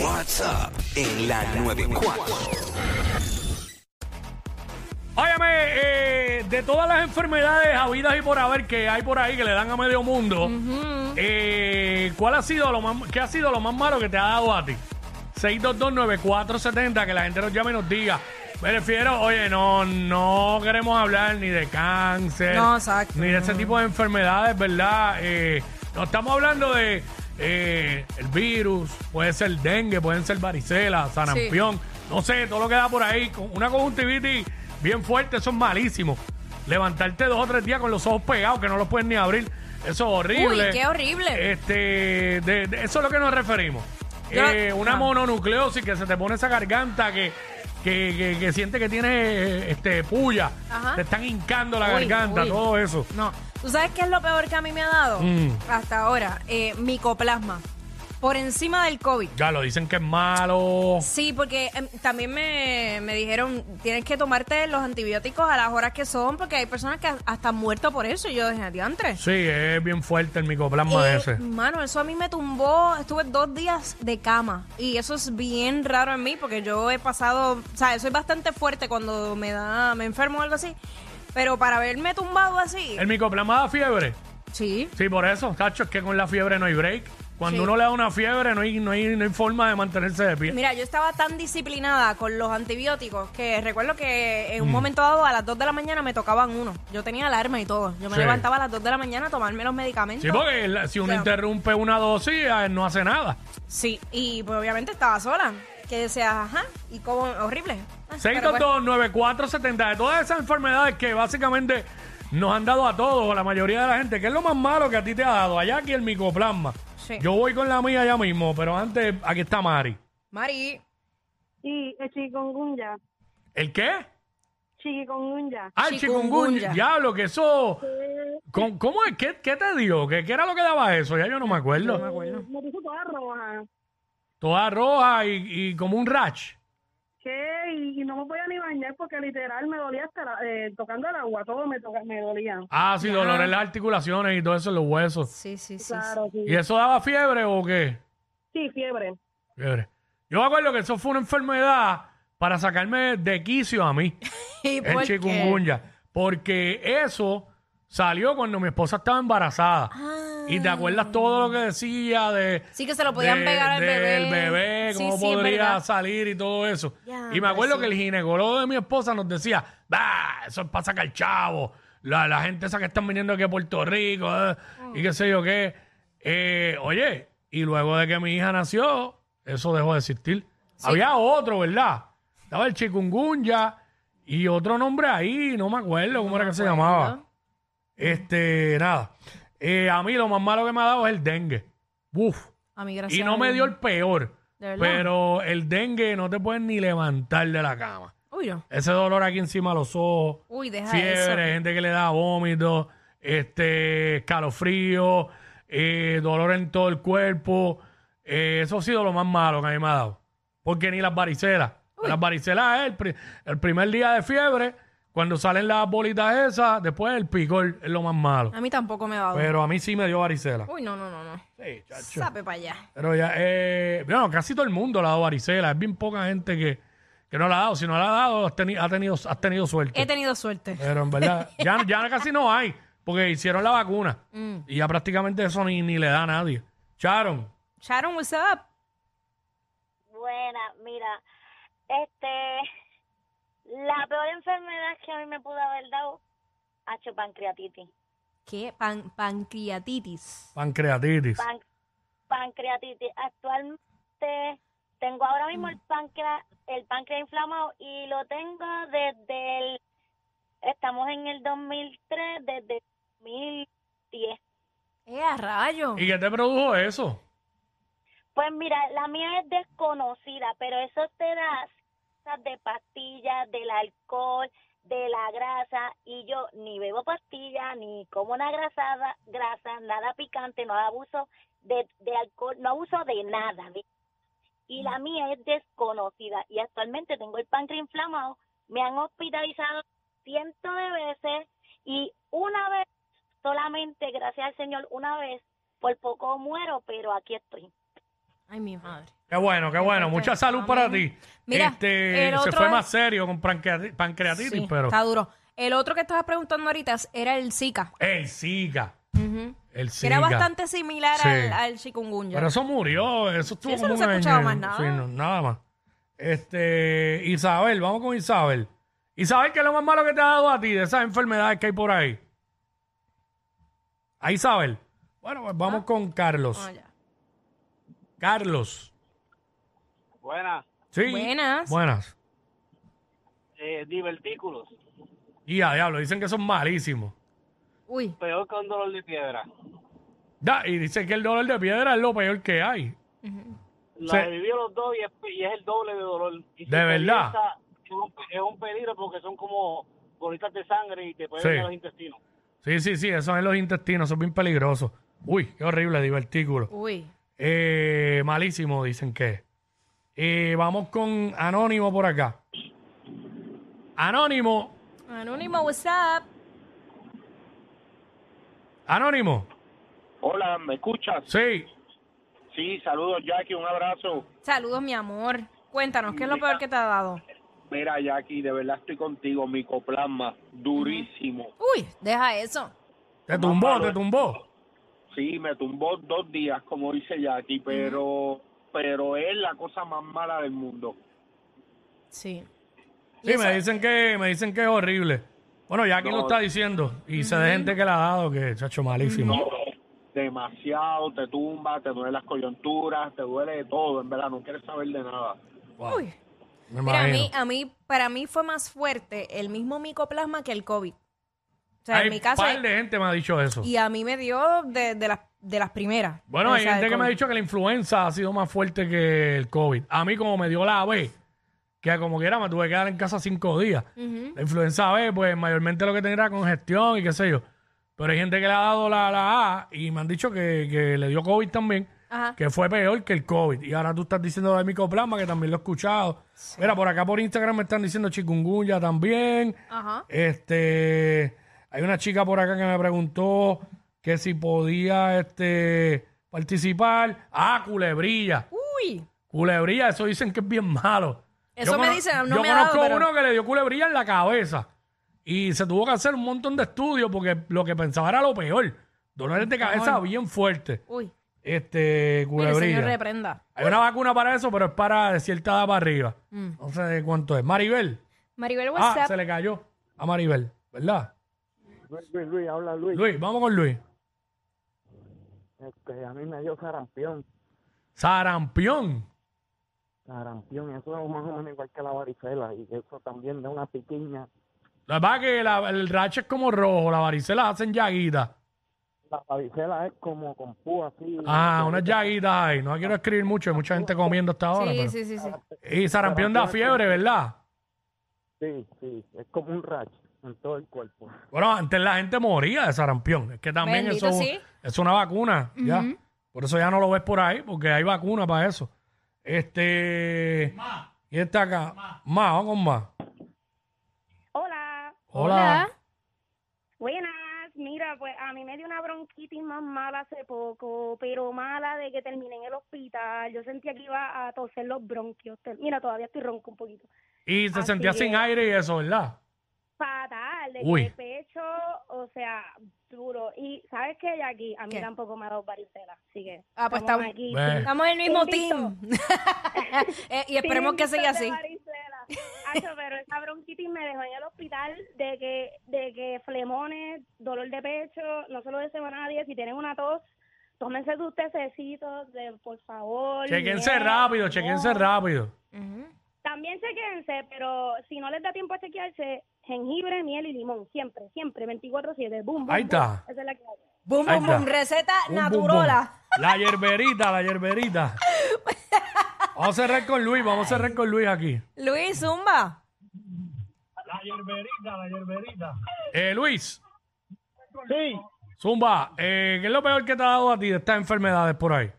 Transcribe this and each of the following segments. What's up en la 94. Óyeme, eh, de todas las enfermedades habidas y por haber que hay por ahí que le dan a medio mundo, eh, ¿cuál ha sido lo más, qué ha sido lo más malo que te ha dado a ti? 6229470, que la gente nos llame y nos diga. Me refiero, oye, no, no queremos hablar ni de cáncer, No, exacto, ni de ese tipo de enfermedades, ¿verdad? Eh, no estamos hablando de eh, el virus, puede ser dengue, pueden ser varicela, sarampión, no sé, todo lo que da por ahí, con una conjuntivitis bien fuerte, eso es malísimo. Levantarte dos o tres días con los ojos pegados, que no los puedes ni abrir, eso es horrible. Uy, qué horrible. Este, de- de- eso es lo que nos referimos. Yo- Eh, una ah. mononucleosis que se te pone esa garganta que, que, que, que siente que tiene eh, este, puya, Ajá. te están hincando la Uy, garganta, uy. todo eso. No. ¿Tú sabes qué es lo peor que a mí me ha dado? Mm. Hasta ahora, eh, micoplasma. Por encima del COVID. Ya lo dicen que es malo. Sí, porque em, también me, me dijeron, tienes que tomarte los antibióticos a las horas que son, porque hay personas que hasta han muerto por eso. Y yo dejé adiantre. Sí, es bien fuerte el micoplasma Eh, ese. Mano, eso a mí me tumbó. Estuve dos días de cama. Y eso es bien raro en mí porque yo he pasado. O sea, soy bastante fuerte cuando me da. Me enfermo o algo así. Pero para verme tumbado así. El micoplasma da fiebre. Sí. Sí, por eso, cacho, es que con la fiebre no hay break. Cuando Sí. uno le da una fiebre, no hay, no, hay, no hay forma de mantenerse de pie. Mira, yo estaba tan disciplinada con los antibióticos que recuerdo que Mm. en un momento dado a las 2 de la mañana me tocaban uno. Yo tenía alarma y todo. Yo me Sí. levantaba a las 2 de la mañana a tomarme los medicamentos. Sí, porque la- si uno Ya. interrumpe una dosis, eh, no hace nada. Sí, y pues obviamente estaba sola. Que decía, ajá, y como horrible. Ah, pero pues, 6229470 de todas esas enfermedades que básicamente nos han dado a todos, a la mayoría de la gente, ¿qué es lo más malo que a ti te ha dado? Allá aquí el micoplasma. Sí. Yo voy con la mía ya mismo, pero antes, aquí está Mari. Mari. Sí, el chikungunya. ¿El qué? Chikungunya. Ah, el chikungunya. Chikungunya. Diablo, que eso... ¿Cómo, cómo es? ¿Qué, qué te dio? ¿Qué, qué era lo que daba eso? Ya yo no me acuerdo. Me puso toda roja. Toda roja y, y como un rash. ¿Qué? Y, y no me podía ni bañar porque literal me dolía hasta la- eh, tocando el agua. Todo me, toca, me dolía. Ah, sí, dolor en las articulaciones y todo eso en los huesos. Sí, sí, sí. Claro, sí. ¿Y eso daba fiebre o qué? Sí, fiebre. Fiebre. Yo me acuerdo que eso fue una enfermedad para sacarme de quicio a mí, ¿Y el por qué? chikungunya. Porque eso salió cuando mi esposa estaba embarazada. Y te acuerdas todo lo que decía de... Ah. Sí, que se lo podían de- pegar al del bebé. bebé, Sí, cómo sí, es podría verdad. salir y todo eso. Ya, y me acuerdo sí. que el ginecólogo de mi esposa nos decía, "Bah, eso es para sacar chavo, la, la gente esa que están viniendo aquí a Puerto Rico, eh, y qué sé yo qué. Eh, oye, y luego de que mi hija nació, eso dejó de existir. Había otro, ¿verdad? Estaba el chikungunya y otro nombre ahí, no me acuerdo cómo era que se llamaba. Este, nada. Eh, a mí lo más malo que me ha dado es el dengue. Uf. A mí, gracias. Y no a me Dios. dio el peor. ¿De verdad? Pero el dengue no te puedes ni levantar de la cama. Uy, no. Ese dolor aquí encima de los ojos, Uy, deja fiebre, eso. gente que le da vómito, este, escalofrío, eh, dolor en todo el cuerpo. Eh, eso ha sido lo más malo que a mí me ha dado. Porque ni las varicelas. Las varicelas es el, pri- el primer día de fiebre, cuando salen las bolitas esas, después el picor es lo más malo. A mí tampoco me ha dado. Pero a mí sí me dio varicela. Ah. Uy, no, no, no, no. Sí, chacho. Sape para allá. Pero ya, eh, bueno, casi todo el mundo le ha dado varicela. Es bien poca gente que, que no la ha dado. Si no la ha dado, has, teni- ha tenido, has tenido He suerte. tenido suerte. Pero en verdad, ya, ya casi no hay, porque hicieron la vacuna. Mm. Y ya prácticamente eso ni, ni le da a nadie. Charon, Sharon, what's up? Buena, mira, este, la peor enfermedad que a mí me pudo haber dado, hecho pancreatitis. ¿Qué? Pan- pancreatitis. pancreatitis. Pan- pancreatitis. Actualmente tengo ahora mismo el páncreas, el páncreas inflamado y lo tengo desde el, estamos en el 2003, desde el 2010. ¡Eh, a rayo! ¿Y qué te produjo eso? Pues mira, la mía es desconocida, pero eso te da cosas de pastillas, del alcohol, de la grasa, y yo ni bebo pastillas, ni como una grasada, grasa, nada picante, no abuso de, de alcohol, no abuso de nada. ¿ves? Y la mía es desconocida, y actualmente tengo el páncreas inflamado, me han hospitalizado cientos de veces, y una vez, solamente gracias al Señor, una vez, por poco muero, pero aquí estoy. Ay, mi madre. Qué bueno, qué bueno. Mucha salud para ti. Mira, este, el se otro fue es- más serio con pancreati- pancreatitis, Sí, pero Está duro. El otro que estabas preguntando ahorita es- era el Zika. el Zika, Ujú. el Que Zika. era bastante similar Sí. al, al chikungunya. Pero eso murió, eso estuvo eso no como se ha un escuchado año, más nada. sí, no, nada más. Este, Isabel, vamos con Isabel. Isabel, ¿qué es lo más malo que te ha dado a ti de esas enfermedades que hay por ahí? A Isabel. Bueno, pues vamos con Carlos. Ah, ya. Carlos. Buenas, Sí. Buenas. Buenas. eh, divertículos. Y a diablo, dicen que son malísimos. Uy, Peor que un dolor de piedra. Da, y dicen que el dolor de piedra es lo peor que hay. La Sí. he vivido los dos y es, y es el doble de dolor. Y si ¿De te verdad? piensa, Es un, es un peligro porque son como bolitas de sangre y te pueden Sí. dañar los intestinos. Sí, sí, sí, eso es los intestinos, son bien peligrosos. Uy, qué horrible, divertículo. uy. Eh, malísimo, dicen que. es. Eh, vamos con Anónimo por acá. Anónimo, Anónimo, WhatsApp. Anónimo. Hola, ¿me escuchas? Sí, Sí, saludos Jackie, un abrazo. Saludos, mi amor. Cuéntanos, ¿qué es lo peor que te ha dado? Mira Jackie, de verdad estoy contigo, micoplasma, durísimo. Uy, deja eso. te tumbó, malo te es. tumbó. Sí, me tumbó dos días, como dice Jackie, pero, pero es la cosa más mala del mundo. Sí. ¿Y Sí, eso? me dicen que, me dicen que es horrible. Bueno, ya aquí No. lo está diciendo. Y se de gente que la ha dado, que se ha hecho malísimo. Demasiado, te tumba, te duelen las coyunturas, te duele de todo, en verdad, no quieres saber de nada. Wow, Uy. me Mira, a imagino. mí, a mí, para mí fue más fuerte el mismo micoplasma que el COVID. O sea, Hay en mi caso. par de gente me ha dicho eso. Y a mí me dio de, de las, de las primeras. Bueno, O hay sea, gente el que me ha COVID. dicho que la influenza ha sido más fuerte que el COVID. A mí, como me dio la B, que como quiera me tuve que quedar en casa cinco días. Ujú. La influenza B, pues mayormente lo que tenía era congestión y qué sé yo. Pero hay gente que le ha dado la, la A y me han dicho que, que le dio COVID también, Ajá. que fue peor que el COVID. Y ahora tú estás diciendo de micoplasma, que también lo he escuchado. Mira, por acá por Instagram me están diciendo chikungunya también. Ajá. Este, hay una chica por acá que me preguntó que si podía este, participar. Ah, culebrilla. Uy. Culebrilla, eso dicen que es bien malo. Eso me cono- dicen, no yo me ha dado, conozco pero- uno que le dio culebrilla en la cabeza y se tuvo que hacer un montón de estudios porque lo que pensaba era lo peor. Dolores de cabeza bien fuerte. Uy. Este, Mire, señor, culebrilla. reprenda. Hay una vacuna para eso, pero es para de cierta edad para arriba. Mm. No sé de cuánto es. Maribel. Maribel Ah, WhatsApp. se le cayó a Maribel, ¿verdad? Luis, Luis, habla Luis. Luis, vamos con Luis. Este, a mí me dio sarampión. Sarampión. Sarampión, eso es más o menos igual que la varicela. Y eso también da una piquiña. Lo que pasa es que la- el rache es como rojo, la varicela hacen llaguitas. La varicela es como con púa así. Ah, unas llaguitas ahí. No quiero escribir mucho, hay mucha gente comiendo hasta ahora. sí, pero- Ah, sí, sí, sí. Y sarampión da fiebre, ¿verdad? Sí, sí, es como un rash en todo el cuerpo. Bueno, antes la gente moría de sarampión. Es que también Bendito, eso sí. es una vacuna, ¿ya? Por eso ya no lo ves por ahí, porque hay vacuna para eso. Este. Y está acá. Más, vamos con más. Hola, Hola. buenas. Mira, pues a mí me dio una bronquitis más mala hace poco, pero mala de que terminé en el hospital. Yo sentía que iba a toser los bronquios. Te- Mira, todavía estoy ronco un poquito. Y se Así sentía es. sin aire y eso, ¿verdad? Fatal, de Uy. que el pecho, o sea, duro. Y ¿sabes qué, Jackie? A mí ¿Qué? tampoco me ha dado varicela, así que Ah, pues estamos estamos- aquí. Ve. Estamos en el mismo team. Bendito. Eh, y esperemos que siga Tinnitus de así. varicela. Acho, pero esa bronquitis me dejó en el hospital de que, de que flemones, dolor de pecho, no se lo deseo a nadie. Si tienen una tos, tómense sus tececitos, de, por favor. Chequense miel, rápido, limón. chequense rápido. También chequense, pero si no les da tiempo a chequearse, jengibre, miel y limón. Siempre, siempre, 24-7. Boom, boom, Ahí boom. está. Esa es la que hay. Bum, Ahí bum, está. bum. Receta Bum, bum, naturola. La yerberita, la yerberita. Vamos a cerrar con Luis, vamos a cerrar con Luis aquí. Luis, zumba. La yerberita, la yerberita. Eh, Luis, Sí, Zumba, eh, ¿qué es lo peor que te ha dado a ti de estas enfermedades por ahí?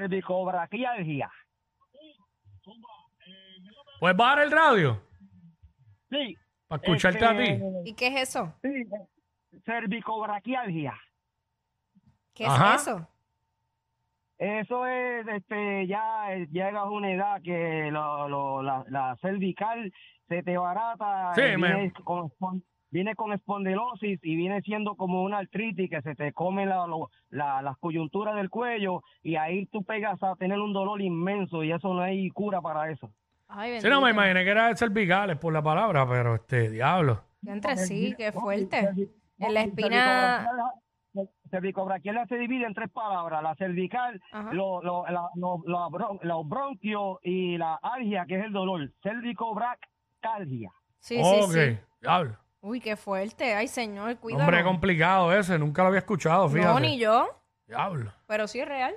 cervicobraquialgia. Pues bajar el radio Sí, para escucharte a ti. ¿Y qué es eso? sí, cervicobraquialgia. ¿Qué es Ajá. eso? Eso es, este, ya eh, llegas a una edad que lo- lo- la, la cervical se te barata. Sí, eh, me- viene, con, espon- viene con espondilosis y viene siendo como una artritis que se te come la, lo- la- las coyunturas del cuello y ahí tú pegas a tener un dolor inmenso y eso no hay cura para eso. Ay, Sí, no, me bendito. imaginé que era de cervicales por la palabra, pero este, diablo. Ya entre sí, qué fuerte. En la espina. Cervicobraquial- Cervicobraquial se divide en tres palabras, la cervical, Ajá. lo- lo- la- lo- lo bron- los bronquios y la algia, que es el dolor, cervicobraquialgia. Sí, ok, sí, sí. diablo. Uy, qué fuerte. Ay, señor, cuidado. Hombre complicado ese, nunca lo había escuchado, fíjate. no, ni yo, Diablo. pero sí es real.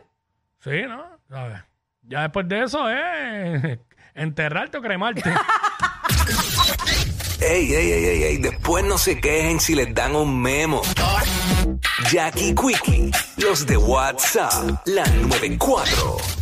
Sí, ¿no? ¿Sabes? Ya después de eso es enterrarte o cremarte. Ey, ey, ey, ey, ey, después no se quejen si les dan un memo. Jackie Quickie, los de WhatsApp, la 94.